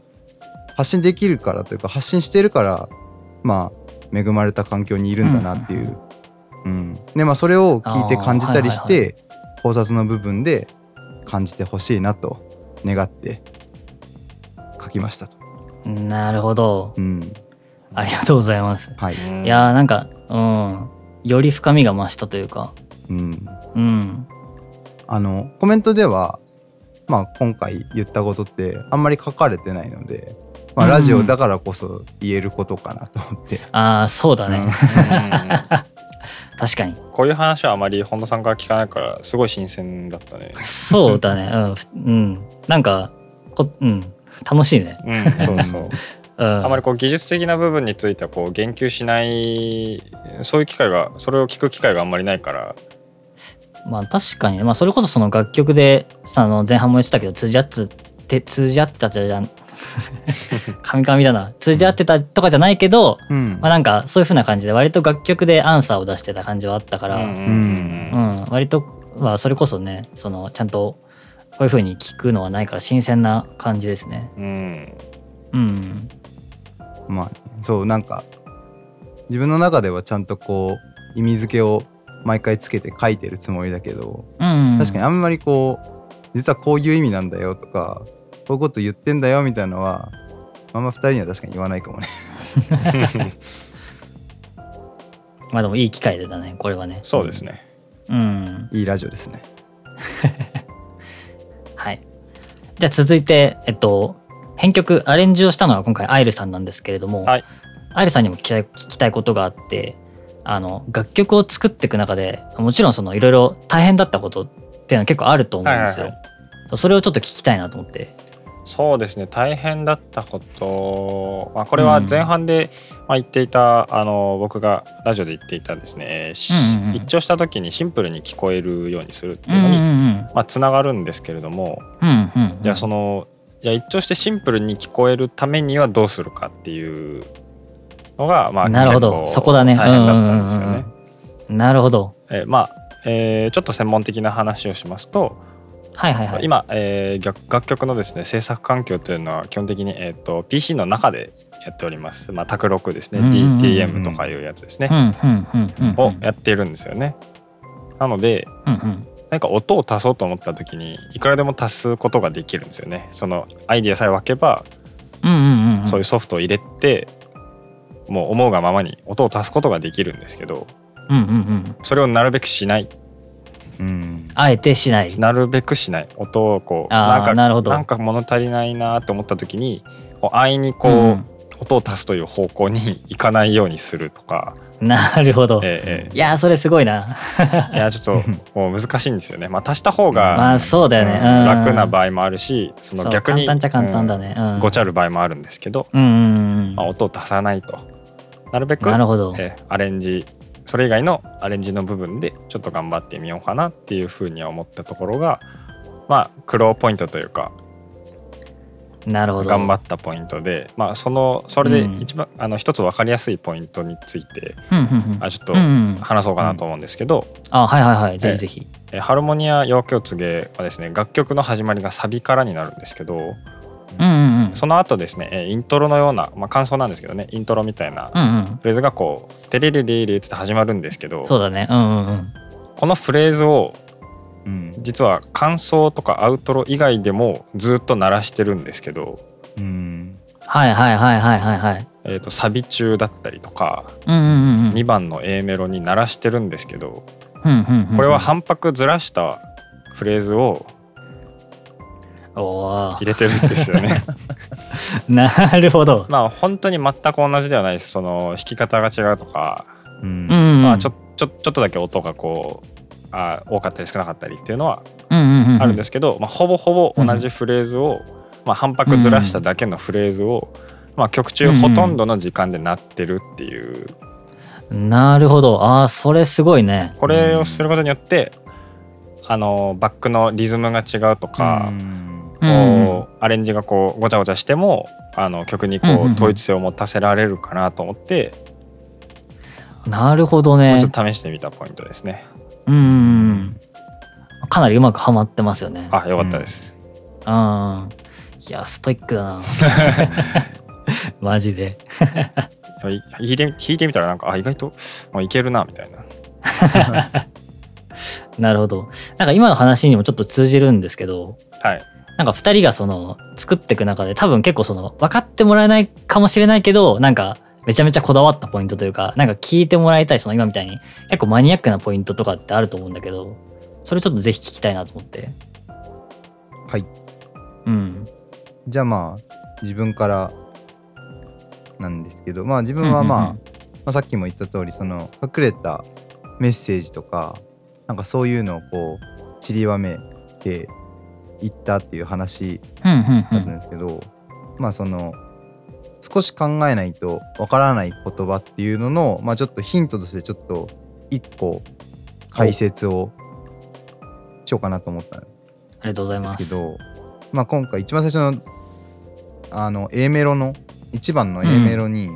[SPEAKER 3] 発信できるからというか発信してるからまあ恵まれた環境にいるんだなっていう、うんでまあそれを聞いて感じたりして、
[SPEAKER 1] あーは
[SPEAKER 3] 考察の部分で感じてほしいなと願って書きましたと。
[SPEAKER 1] なるほど。
[SPEAKER 3] うん
[SPEAKER 1] ありがとうございます。
[SPEAKER 3] はい
[SPEAKER 1] いやーなんかうんより深みが増したというか
[SPEAKER 3] うん
[SPEAKER 1] うん
[SPEAKER 3] あのコメントでは、まあ、今回言ったことってあんまり書かれてないので、まあ、
[SPEAKER 1] うん
[SPEAKER 3] ラジオだからこそ言えることかなと思って、
[SPEAKER 1] ああそうだね、
[SPEAKER 3] うん
[SPEAKER 1] 確かに
[SPEAKER 2] こういう話はあまり本田さんから聞かないからすごい新鮮だったね。
[SPEAKER 1] そう だねうんふ、うん、なんかこうん楽しいね
[SPEAKER 2] うん、そうそう。
[SPEAKER 1] うん、
[SPEAKER 2] あまりこう技術的な部分についてはこう言及しないそういう機会がそれを聞く機会があんまりないから
[SPEAKER 1] まあ確かに、まあ、それこそその楽曲でさあの前半も言ってたけど通じ合ってて通じ合ってたじ ゃんカミカミだな通じ合ってたとかじゃないけど、
[SPEAKER 3] うん
[SPEAKER 1] まあ、なんかそういう風な感じで割と楽曲でアンサーを出してた感じはあったから、
[SPEAKER 2] うんうん
[SPEAKER 1] う
[SPEAKER 2] うん
[SPEAKER 1] ん割と、まあ、それこそねそのちゃんとこういう風に聞くのはないから新鮮な感じですね。
[SPEAKER 2] うん
[SPEAKER 1] うん、
[SPEAKER 3] まあそうなんか自分の中ではちゃんとこう意味付けを毎回つけて書いてるつもりだけど
[SPEAKER 1] うん、
[SPEAKER 3] 確かにあんまりこう実はこういう意味なんだよとかこういうこと言ってんだよみたいなのはあんま2人には確かに言わないかもね。
[SPEAKER 1] まあでもいい機会だねこれはね。
[SPEAKER 2] そうですね
[SPEAKER 1] うん
[SPEAKER 3] いいラジオですね。
[SPEAKER 1] はい。じゃあ続いて、えっと、編曲、アレンジをしたのは今回、アイルさんなんですけれども、
[SPEAKER 2] はい
[SPEAKER 1] アイルさんにも聞きたい聞きたいことがあって、あの、楽曲を作っていく中で、もちろんその、いろいろ大変だったことっていうのは結構あると思うんですよ。
[SPEAKER 2] はいは
[SPEAKER 1] それをちょっと聞きたいなと思って。
[SPEAKER 2] そうですね大変だったこと、まあ、これは前半で、まあ、言っていたあの僕がラジオで言っていたですね、し
[SPEAKER 1] うんうんうん
[SPEAKER 2] 一聴した時にシンプルに聞こえるようにするって
[SPEAKER 1] う
[SPEAKER 2] いうんの
[SPEAKER 1] う
[SPEAKER 2] に、
[SPEAKER 1] ん
[SPEAKER 2] まあ、つながるんですけれども、
[SPEAKER 1] うん。うんうんうん
[SPEAKER 2] いやそのいや一聴してシンプルに聞こえるためにはどうするかっていうのが、まあ、
[SPEAKER 1] なるほど
[SPEAKER 2] 結構
[SPEAKER 1] そこだね
[SPEAKER 2] 大変だったんですよね。
[SPEAKER 1] うんうんうんうんなるほど。
[SPEAKER 2] えーまあえーちょっと専門的な話をしますと、
[SPEAKER 1] はいはいはい。
[SPEAKER 2] 今、えー楽楽曲のですね制作環境というのは基本的に、えー、と PC の中でやっております、まあ、卓録ですね、
[SPEAKER 1] うんうんうんうん
[SPEAKER 2] DTM とかいうやつですね、
[SPEAKER 1] うんうんうんうんうん。
[SPEAKER 2] をやっているんですよね。なので
[SPEAKER 1] うんうん
[SPEAKER 2] 何か音を足そうと思った時にいくらでも足すことができるんですよね。そのアイディアさえ分けば
[SPEAKER 1] うんうんうん。
[SPEAKER 2] そういうソフトを入れて、もう思うがままに音を足すことができるんですけど
[SPEAKER 1] うんうんうん。
[SPEAKER 2] それをなるべくしない
[SPEAKER 3] うん、
[SPEAKER 1] あえてしない。
[SPEAKER 2] なるべくしない音をこう
[SPEAKER 1] あー
[SPEAKER 2] なんか
[SPEAKER 1] なるほど
[SPEAKER 2] んか物足りないなと思った時にこう安易にこう、
[SPEAKER 1] うんうん
[SPEAKER 2] 音を足すという方向に 行かないようにするとか、
[SPEAKER 1] なるほど。
[SPEAKER 2] ええ
[SPEAKER 1] いやーそれすごいな。
[SPEAKER 2] ええいやちょっ ともう難しいんですよね、まあ、足した方が、
[SPEAKER 1] まあそうだよね。
[SPEAKER 2] うん
[SPEAKER 1] うん
[SPEAKER 2] 楽な場合もあるしそ
[SPEAKER 1] そ
[SPEAKER 2] の
[SPEAKER 1] う
[SPEAKER 2] 逆に
[SPEAKER 1] 簡単じゃ簡単だね。
[SPEAKER 2] う
[SPEAKER 1] うんん、
[SPEAKER 2] ごちゃる場合もあるんですけど、
[SPEAKER 1] うんうんうん
[SPEAKER 2] まあ、音を足さないとなるべく
[SPEAKER 1] なるほど。
[SPEAKER 2] えーアレンジそれ以外のアレンジの部分でちょっと頑張ってみようかなっていうふうには思ったところがまあ苦労ポイントというか
[SPEAKER 1] なるほど。
[SPEAKER 2] 頑張ったポイントでまあそのそれで
[SPEAKER 1] うん
[SPEAKER 2] 一番、あの一つ分かりやすいポイントについて
[SPEAKER 1] うんうんうん
[SPEAKER 2] あちょっと
[SPEAKER 1] うんうん
[SPEAKER 2] 話そうかなと思うんですけど、
[SPEAKER 1] あはいはいはい。ぜひぜひ。
[SPEAKER 2] えーハルモニア「陽気を告げ」はですね楽曲の始まりがサビからになるんですけど
[SPEAKER 1] うんうんうん。
[SPEAKER 2] その後ですねえーイントロのような、まあ、感想なんですけどねイントロみたいな
[SPEAKER 1] うんうん。
[SPEAKER 2] フレーズがこう「テレレレレ」って始まるんですけど
[SPEAKER 1] そうだね。うんうんうん。
[SPEAKER 2] このフレーズを
[SPEAKER 3] うん
[SPEAKER 2] 実は感想とかアウトロ以外でもずっと鳴らしてるんですけど、
[SPEAKER 3] うん
[SPEAKER 1] はいはいはいはいはいはい。
[SPEAKER 2] えー、とサビ中だったりとか
[SPEAKER 1] うんうんうんうん。
[SPEAKER 2] 2番の A メロに鳴らしてるんですけど
[SPEAKER 1] うんうんうん。
[SPEAKER 2] これは反拍ずらしたフレーズを
[SPEAKER 1] おー
[SPEAKER 2] 入れてるんですよ ね。
[SPEAKER 1] なるほど。
[SPEAKER 2] まあ本当に全く同じではないですその弾き方が違うとか、
[SPEAKER 3] うん
[SPEAKER 1] うんうん。
[SPEAKER 2] まあ、ちょちょちょっとだけ音がこうあー多かったり少なかったりっていうのは
[SPEAKER 1] うんうんうん。。
[SPEAKER 2] あるんですすけど、まあ、ほぼほぼ同じフレーズを、まあ、反拍ずらしただけのフレーズを、まあ、曲中ほとんどの時間で鳴ってるっていう、
[SPEAKER 1] なるほど。あーそれすごいね。
[SPEAKER 2] これをすることによってあのバックのリズムが違うとか、
[SPEAKER 1] うん
[SPEAKER 2] こうアレンジがこうごちゃごちゃしてもあの曲にこう、
[SPEAKER 1] うんうんうん
[SPEAKER 2] 統一性を持たせられるかなと思って、
[SPEAKER 1] なるほど
[SPEAKER 2] もう
[SPEAKER 1] ね
[SPEAKER 2] ちょっ。と試してみたポイントですね。
[SPEAKER 1] うんうんうん。かなりうまくはまってますよね。
[SPEAKER 2] あよかったです。
[SPEAKER 1] うん。いや、ストイックだな。 マジで。
[SPEAKER 2] い弾いて弾いてみたらなんかあ意外と、まあ、いけるなみたいな。
[SPEAKER 1] なるほど。なんか今の話にもちょっと通じるんですけど、
[SPEAKER 2] はい、
[SPEAKER 1] なんか二人がその作っていく中で多分結構その分かってもらえないかもしれないけど、なんかめちゃめちゃこだわったポイントというか、なんか聞いてもらいたい、その今みたいに結構マニアックなポイントとかってあると思うんだけど、それちょっとぜひ聞きたいなと思って。
[SPEAKER 3] はい。
[SPEAKER 1] うん。
[SPEAKER 3] じゃあまあ自分からなんですけどまあ自分はまあ、
[SPEAKER 1] うんうんうん
[SPEAKER 3] まあ、さっきも言った通りその隠れたメッセージとかなんかそういうのをこう散りばめていったっていう話
[SPEAKER 1] うんうんう
[SPEAKER 3] だったん
[SPEAKER 1] ん。
[SPEAKER 3] ですけど、まあその少し考えないとわからない言葉っていうのの、まあ、ちょっとヒントとしてちょっと1個解説をしようかなと思ったん
[SPEAKER 1] ありがとうござい
[SPEAKER 3] で
[SPEAKER 1] ます
[SPEAKER 3] け
[SPEAKER 1] す。
[SPEAKER 3] ど、まあ、今回一番最初のあの A メロの1番の A メロに、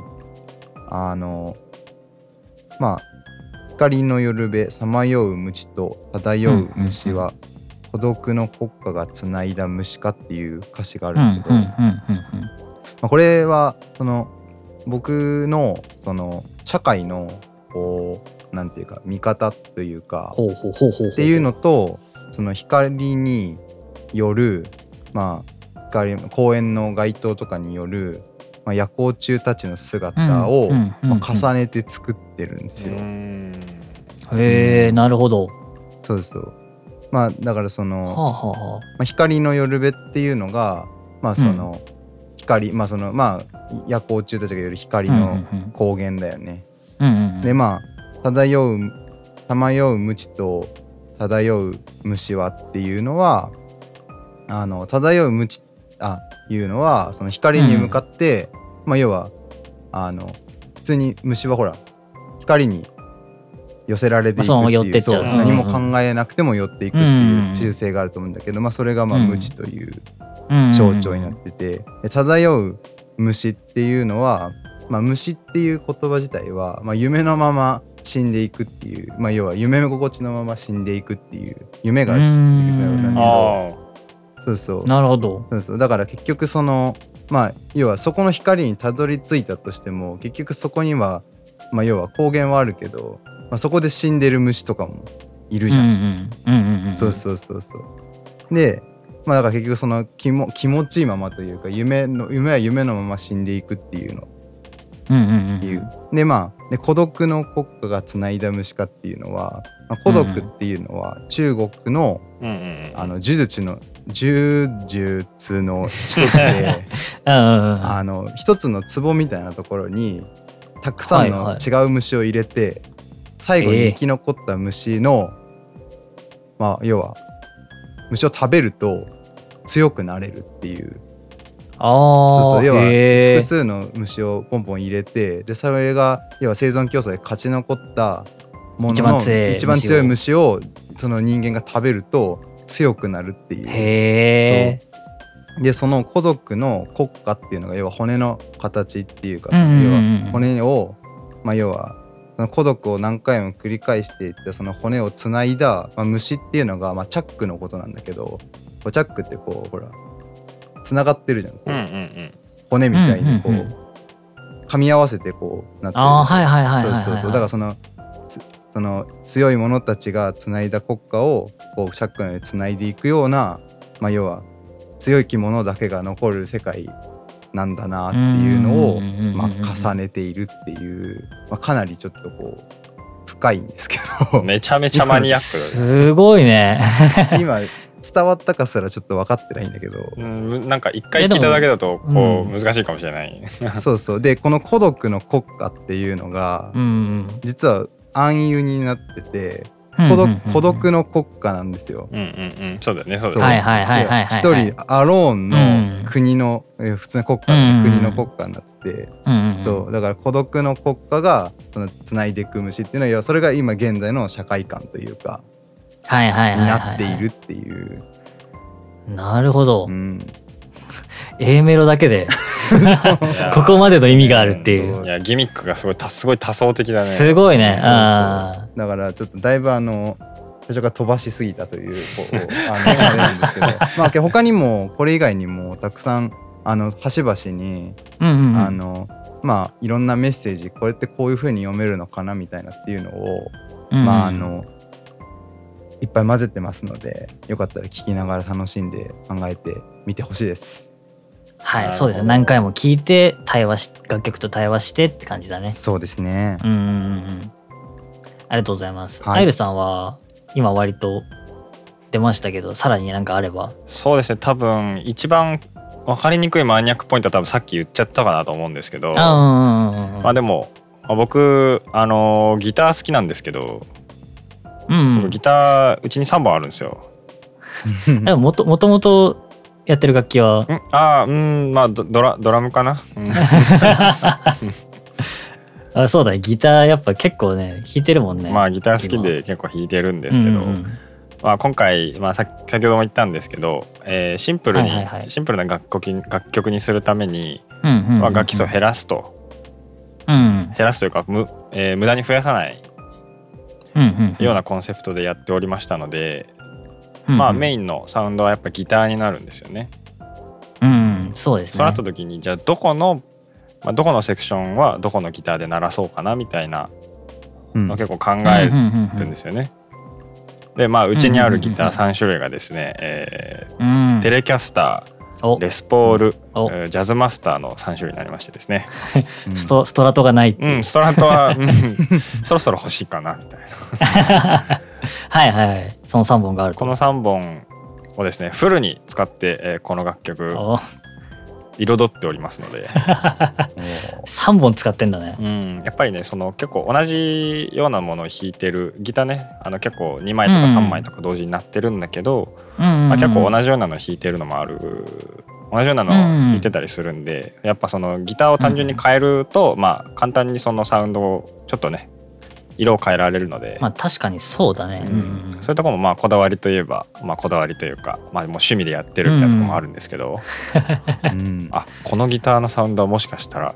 [SPEAKER 3] あのまあ「光の夜べさまよう虫と漂う虫は孤独の国家がつないだ虫か」っていう歌詞があ
[SPEAKER 1] う
[SPEAKER 3] る
[SPEAKER 1] んうんう
[SPEAKER 3] んだ
[SPEAKER 1] ん
[SPEAKER 3] けど、ま
[SPEAKER 1] うん
[SPEAKER 3] あ、これはその僕のその社会のこうなんていうか見方というか
[SPEAKER 1] ほうほうほうほう
[SPEAKER 3] っていうのとその光による、まあ、光公園の街灯とかによる、まあ、夜光虫たちの姿を、まあ、重ねて作ってるんですよ。
[SPEAKER 2] うん
[SPEAKER 1] へえなるほど。は
[SPEAKER 3] そうそうまあ、だからそ
[SPEAKER 1] あは
[SPEAKER 3] の、
[SPEAKER 1] あは
[SPEAKER 3] まあ、光の夜べっていうのが、まあその光まあそのまあ夜光虫たちがよる光
[SPEAKER 1] あ。
[SPEAKER 3] の光源だよね。
[SPEAKER 1] うんうんうん
[SPEAKER 3] でまあ漂うさまよう無知と漂う虫はっていうのはあの漂う無知あいうのはその光に向かって、まあ要はあの普通に虫はほら光に寄せられていくって
[SPEAKER 1] まあそう寄っ
[SPEAKER 3] い
[SPEAKER 1] て
[SPEAKER 3] う
[SPEAKER 1] っちゃ
[SPEAKER 3] そうう
[SPEAKER 2] うん
[SPEAKER 3] 何も考えなくても寄っていくって
[SPEAKER 1] うん
[SPEAKER 3] いう習性があると思うんだけど、まあ、それがまあ
[SPEAKER 1] うん
[SPEAKER 3] 無知という
[SPEAKER 1] うんうん
[SPEAKER 3] 象徴になってて、で漂う虫っていうのは、まあ、虫っていう言葉自体は、まあ、夢のまま死んでいくっていう、まあ、要は夢の心地のまま死んでいくっていう夢が死んでいくっていう
[SPEAKER 1] うん
[SPEAKER 3] だ
[SPEAKER 2] ああ
[SPEAKER 3] けどそうそう
[SPEAKER 1] なるほど。
[SPEAKER 3] そうそうだから結局そのまあ要はそこの光にたどり着いたとしても結局そこには、まあ、要は光源はあるけど、まあ、そこで死んでる虫とかもいるじゃん。
[SPEAKER 1] うんうんうんうんうん
[SPEAKER 3] そうそうそうそう。で、まあだから結局その気も気持ちいいままというか夢の夢は夢のまま死んでいくっていうの
[SPEAKER 1] うんうんうん
[SPEAKER 3] っていう。でまあで孤独の国家がつないだ虫かっていうのは、まあ、孤独っていうのは中国の、
[SPEAKER 2] うんうん
[SPEAKER 3] あの呪術の呪術の一つ で
[SPEAKER 1] うんうんうん
[SPEAKER 3] あの一つの壺みたいなところにたくさん
[SPEAKER 1] はい
[SPEAKER 3] の
[SPEAKER 1] は
[SPEAKER 3] 違う虫を入れて、最後に生き残った虫の、まあ要は虫を食べると強くなれるっていう
[SPEAKER 1] あ
[SPEAKER 3] そう
[SPEAKER 1] あ
[SPEAKER 3] そう要は
[SPEAKER 1] へえ
[SPEAKER 3] 複数の虫をポンポン入れてでそれが要は生存競争で勝ち残ったものの
[SPEAKER 1] 一番強い
[SPEAKER 3] 一番強い虫をその人間が食べると強くなるっていう。
[SPEAKER 1] へえ
[SPEAKER 3] でその孤独の国家っていうのが要は骨の形っていうか、
[SPEAKER 1] うんうんうんうん
[SPEAKER 3] 要は骨を、まあ、要はその孤独を何回も繰り返していってその骨をつないだ、まあ、虫っていうのが、まあ、チャックのことなんだけどこうチャックってこうほらつながってるじゃんこ
[SPEAKER 2] う
[SPEAKER 3] う、
[SPEAKER 2] んうんうん
[SPEAKER 3] 骨みたいにこう、
[SPEAKER 1] うんうんうん
[SPEAKER 3] 噛み合わせてこうなってる
[SPEAKER 1] ああはいはいはいはい
[SPEAKER 3] そう
[SPEAKER 1] はい
[SPEAKER 3] そうそうだからそのつその強い者たちがつないだ国家をこうシャックのようにつないでいくような、まあ、要は強いき者だけが残る世界なんだなっていうのを
[SPEAKER 1] うんうんうんうんうん
[SPEAKER 3] まあ重ねているっていう、まあ、かなりちょっとこう深いんですけど
[SPEAKER 2] めちゃめちゃマニアック
[SPEAKER 1] すごいね
[SPEAKER 3] 今伝わったかすらちょっと分かってないんだけど
[SPEAKER 2] うん、なんか一回聞いただけだとこう難しいかもしれない。
[SPEAKER 3] そうそうでこの孤独の国家っていうのが
[SPEAKER 1] うん
[SPEAKER 3] 実は暗喩になってて
[SPEAKER 1] うん
[SPEAKER 3] 孤
[SPEAKER 1] うんうん
[SPEAKER 3] 独孤独の国家なんですよ。
[SPEAKER 2] うんうんうん、そうだよね、そうだよ
[SPEAKER 1] は
[SPEAKER 2] ね。
[SPEAKER 1] いはいはいはいはい
[SPEAKER 3] 一人アローン
[SPEAKER 1] うん
[SPEAKER 3] の国の、えー普通の国家
[SPEAKER 1] う
[SPEAKER 3] の
[SPEAKER 1] ん
[SPEAKER 3] 国の国家になって、
[SPEAKER 1] うんうん
[SPEAKER 3] とだから孤独の国家がその繋いでいく虫っていうのは要はそれが今現在の社会観というか
[SPEAKER 1] はいはい
[SPEAKER 3] に
[SPEAKER 1] はいはい
[SPEAKER 3] なっているっていう、
[SPEAKER 1] なるほど
[SPEAKER 3] うん
[SPEAKER 1] A メロだけ で
[SPEAKER 2] いや
[SPEAKER 1] ここまでの意味があるってい
[SPEAKER 3] そう
[SPEAKER 2] いやギミックがすごい多すごい多層的だね。
[SPEAKER 1] すごいね
[SPEAKER 3] そうそう
[SPEAKER 1] あ
[SPEAKER 3] だからちょっとだいぶあの最初から飛ばしすぎたというこうあのあれな んですけどまあ他にもこれ以外にもたくさんあの端々
[SPEAKER 1] ー
[SPEAKER 3] に
[SPEAKER 1] うんうんうん
[SPEAKER 3] あのまあいろんなメッセージこれってこういう風に読めるのかなみたいなっていうのを、
[SPEAKER 1] うんうん
[SPEAKER 3] まああのいっぱい混ぜてますのでよかったら聞きながら楽しんで考えてみてほしいです
[SPEAKER 1] はいそうですね何回も聞いて対話し楽曲と対話してって感じだね
[SPEAKER 3] そうですね
[SPEAKER 1] うんうんうんうんありがとうございます。
[SPEAKER 3] はい
[SPEAKER 1] アイルさんは今割と出ましたけどさらになんかあれば。
[SPEAKER 2] そうですね、多分一番分かりにくいマニアックポイントは多分さっき言っちゃったかなと思うんですけど、ま
[SPEAKER 1] あうんうんうんうん
[SPEAKER 2] あでもまあ僕あのギター好きなんですけど、
[SPEAKER 1] うんうん
[SPEAKER 2] ギターうちに3本あるんですよ。
[SPEAKER 1] でももともともとやってる楽器は
[SPEAKER 2] う。んああうんまあドドラドラムかな、うん
[SPEAKER 1] あ、そうだね。ギターやっぱ結構ね、弾いてるもん ね。
[SPEAKER 2] まあギター好きで結構弾いてるんですけど、
[SPEAKER 1] うんうん
[SPEAKER 2] まあ、今回、まあ、さ先ほども言ったんですけど、えーシンプルに、
[SPEAKER 1] はいはいはい
[SPEAKER 2] シンプルな楽曲に楽曲にするために、
[SPEAKER 1] うんうんうん
[SPEAKER 2] まあ、楽器数を減らすと
[SPEAKER 1] うん
[SPEAKER 2] 減らすというかむ、えー無駄に増やさない
[SPEAKER 1] うんうんうん
[SPEAKER 2] ようなコンセプトでやっておりましたので、
[SPEAKER 1] うんうん
[SPEAKER 2] まあ、メインのサウンドはやっぱギターになるんですよね。
[SPEAKER 1] うんうんそうですね
[SPEAKER 2] そうなった時にじゃあどこの、まあ、どこのセクションはどこのギターで鳴らそうかなみたいな
[SPEAKER 3] うん
[SPEAKER 2] のを結構考え
[SPEAKER 1] うんうん
[SPEAKER 2] るんですよね。でまあうちにあるギ
[SPEAKER 1] う
[SPEAKER 2] タ
[SPEAKER 1] ん
[SPEAKER 2] ー3種類がですね、えー
[SPEAKER 1] うんうん
[SPEAKER 2] テレキャスタ
[SPEAKER 1] お
[SPEAKER 2] ーレスポール、
[SPEAKER 1] お
[SPEAKER 2] えージャズマスターの3種類になりましてです ね。
[SPEAKER 3] うん
[SPEAKER 1] ストストラトがないって
[SPEAKER 2] う、
[SPEAKER 1] いうん
[SPEAKER 2] ストラトは、うん、そろそろ欲しいかなみたいな。
[SPEAKER 1] はいはいはいその三本があると
[SPEAKER 2] この3本をですねフルに使って、えーこの楽曲
[SPEAKER 1] お
[SPEAKER 2] 彩っておりますので、
[SPEAKER 1] 三本使ってんだね
[SPEAKER 2] うん、やっぱりねその結構同じようなものを弾いてるギターねあの結構2枚とか3枚とか同時になってるんだけど、ま
[SPEAKER 1] ま
[SPEAKER 2] あ、結構同じようなの弾いてるのもある同じようなのを弾いてたりするんで、やっぱそのギターを単純に変えると、まあ簡単にそのサウンドをちょっとね色を変えられるので、
[SPEAKER 1] まあ確かにそうだね
[SPEAKER 2] う
[SPEAKER 1] うんん
[SPEAKER 2] そういうところもまあこだわりといえば、まあ、こだわりというか、まあ、もう趣味でやってるみたいなところもあるんです けど、
[SPEAKER 3] うん
[SPEAKER 2] あこのギターのサウンドはもしかしたら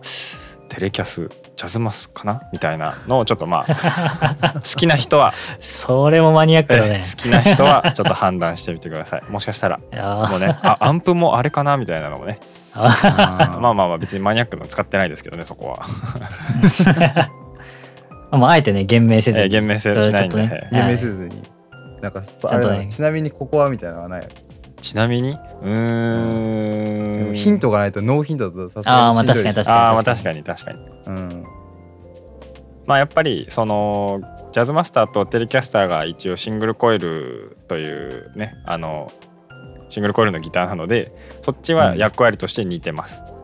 [SPEAKER 2] テレキャスジャズマスかなみたいなのをちょっとまあ 好きな人は、
[SPEAKER 1] それもマニアックだ
[SPEAKER 2] え
[SPEAKER 1] ね
[SPEAKER 2] 好きな人はちょっと判断してみてくださいもしかしたら
[SPEAKER 1] いや
[SPEAKER 2] もう
[SPEAKER 1] ー
[SPEAKER 2] ねあアンプもあれかなみたいなのもね
[SPEAKER 1] あ
[SPEAKER 3] あー
[SPEAKER 2] まあまあまあ別にマニアックの使ってないですけどねそこは、
[SPEAKER 1] まああえてね言明せず
[SPEAKER 2] えー、
[SPEAKER 1] に
[SPEAKER 2] 厳明性しない
[SPEAKER 1] そ
[SPEAKER 2] んで、
[SPEAKER 1] れちょっとね
[SPEAKER 3] 言明せずに。なんかそ
[SPEAKER 1] ちゃ
[SPEAKER 3] あ
[SPEAKER 1] ん
[SPEAKER 3] れ
[SPEAKER 1] とね
[SPEAKER 3] だなちなみにここはみたいなのはない
[SPEAKER 2] ちなみにうーん
[SPEAKER 3] ヒントがないとノーヒントだとさす
[SPEAKER 1] あ
[SPEAKER 3] が
[SPEAKER 1] あ
[SPEAKER 3] に
[SPEAKER 1] ま
[SPEAKER 3] し
[SPEAKER 1] あ
[SPEAKER 3] んど
[SPEAKER 1] 確
[SPEAKER 3] い
[SPEAKER 1] かに確
[SPEAKER 2] あ
[SPEAKER 1] か
[SPEAKER 2] あま
[SPEAKER 1] に
[SPEAKER 2] あ確かに確かに
[SPEAKER 3] うん
[SPEAKER 2] まあやっぱりそのジャズマスターとテレキャスターが一応シングルコイルというねあのシングルコイルのギターなのでそっちは役割として似てます、
[SPEAKER 3] うん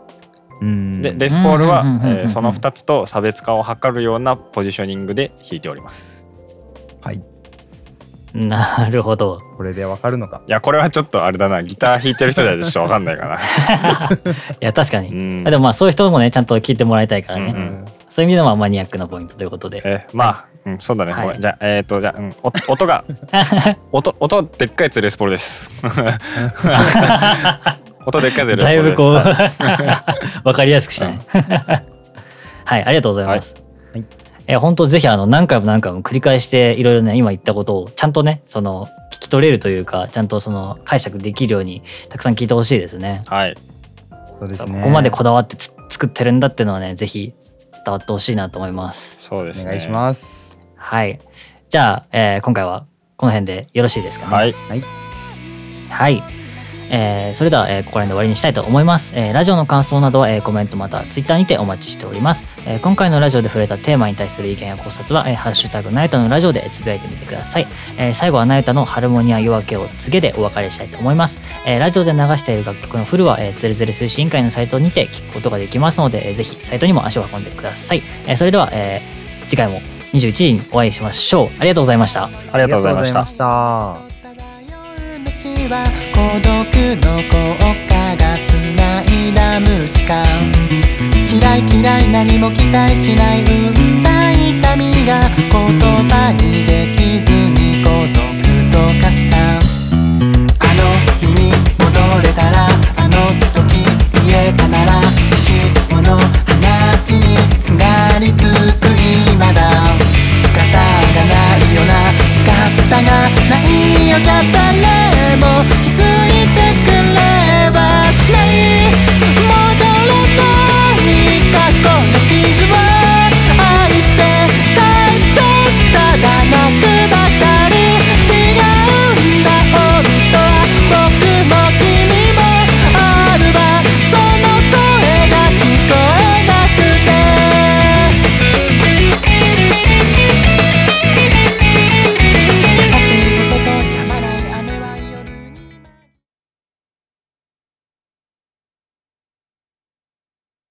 [SPEAKER 2] でレスポールは
[SPEAKER 1] うんうんうんうんうん
[SPEAKER 2] えーその2つと差別化を図るようなポジショニングで弾いております
[SPEAKER 3] はい
[SPEAKER 1] なるほど
[SPEAKER 3] これでわかるのか
[SPEAKER 2] いやこれはちょっとあれだなギター弾いてる人じゃちょっと分かんないか
[SPEAKER 1] い
[SPEAKER 2] な
[SPEAKER 1] や確か
[SPEAKER 2] う
[SPEAKER 1] に
[SPEAKER 2] ん
[SPEAKER 1] あでもまあそういう人もねちゃんと聞いてもらいたいから
[SPEAKER 2] うん
[SPEAKER 1] ね
[SPEAKER 3] うん
[SPEAKER 1] そういう意味ではまあマニアックなポイントということで
[SPEAKER 2] えーまあ、うん、そうだね、
[SPEAKER 1] はい
[SPEAKER 2] ごめんじゃあえっ、とじゃあ、うん、お 音が音音でっかいやつレスポールです 音でっかいやつレスポールです
[SPEAKER 1] だいぶこう
[SPEAKER 2] は
[SPEAKER 1] わかりやすくしたねはいありがとうございます
[SPEAKER 3] はい
[SPEAKER 1] え本当ぜひあの何回も何回も繰り返していろいろね今言ったことをちゃんとねその聞き取れるというかちゃんとその解釈できるようにたくさん聞いてほしいですね。
[SPEAKER 2] はい
[SPEAKER 3] そうですね
[SPEAKER 1] ここまでこだわってつ作ってるんだっていうのはねぜひ伝わってほしいなと思います。
[SPEAKER 2] そうです
[SPEAKER 3] お
[SPEAKER 2] ね。
[SPEAKER 3] 願いします
[SPEAKER 1] はいじゃあ、えー今回はこの辺でよろしいですかね。
[SPEAKER 2] はい、
[SPEAKER 1] はい。えーそれでは、えーここら辺で終わりにしたいと思います。えーラジオの感想などは、えーコメントまたはツイッターにてお待ちしております。えー今回のラジオで触れたテーマに対する意見や考察は、えーハッシュタグナイタのラジオでつぶやいてみてください。えー最後はナイタのハルモニア夜明けを告げでお別れしたいと思います。えーラジオで流している楽曲のフルは、えー、つれづれ推進委員会のサイトにて聞くことができますので、えーぜひサイトにも足を運んでください。えーそれでは、えー次回も21時にお会いしましょう。ありがとうございました。
[SPEAKER 2] ありがとうございま
[SPEAKER 3] あり
[SPEAKER 2] し
[SPEAKER 3] がと
[SPEAKER 2] た
[SPEAKER 3] うございま。した
[SPEAKER 4] 虫は孤独の効果がつないだ虫か嫌い嫌い何も期待しない生んだ痛みが言葉にできずに孤独と化した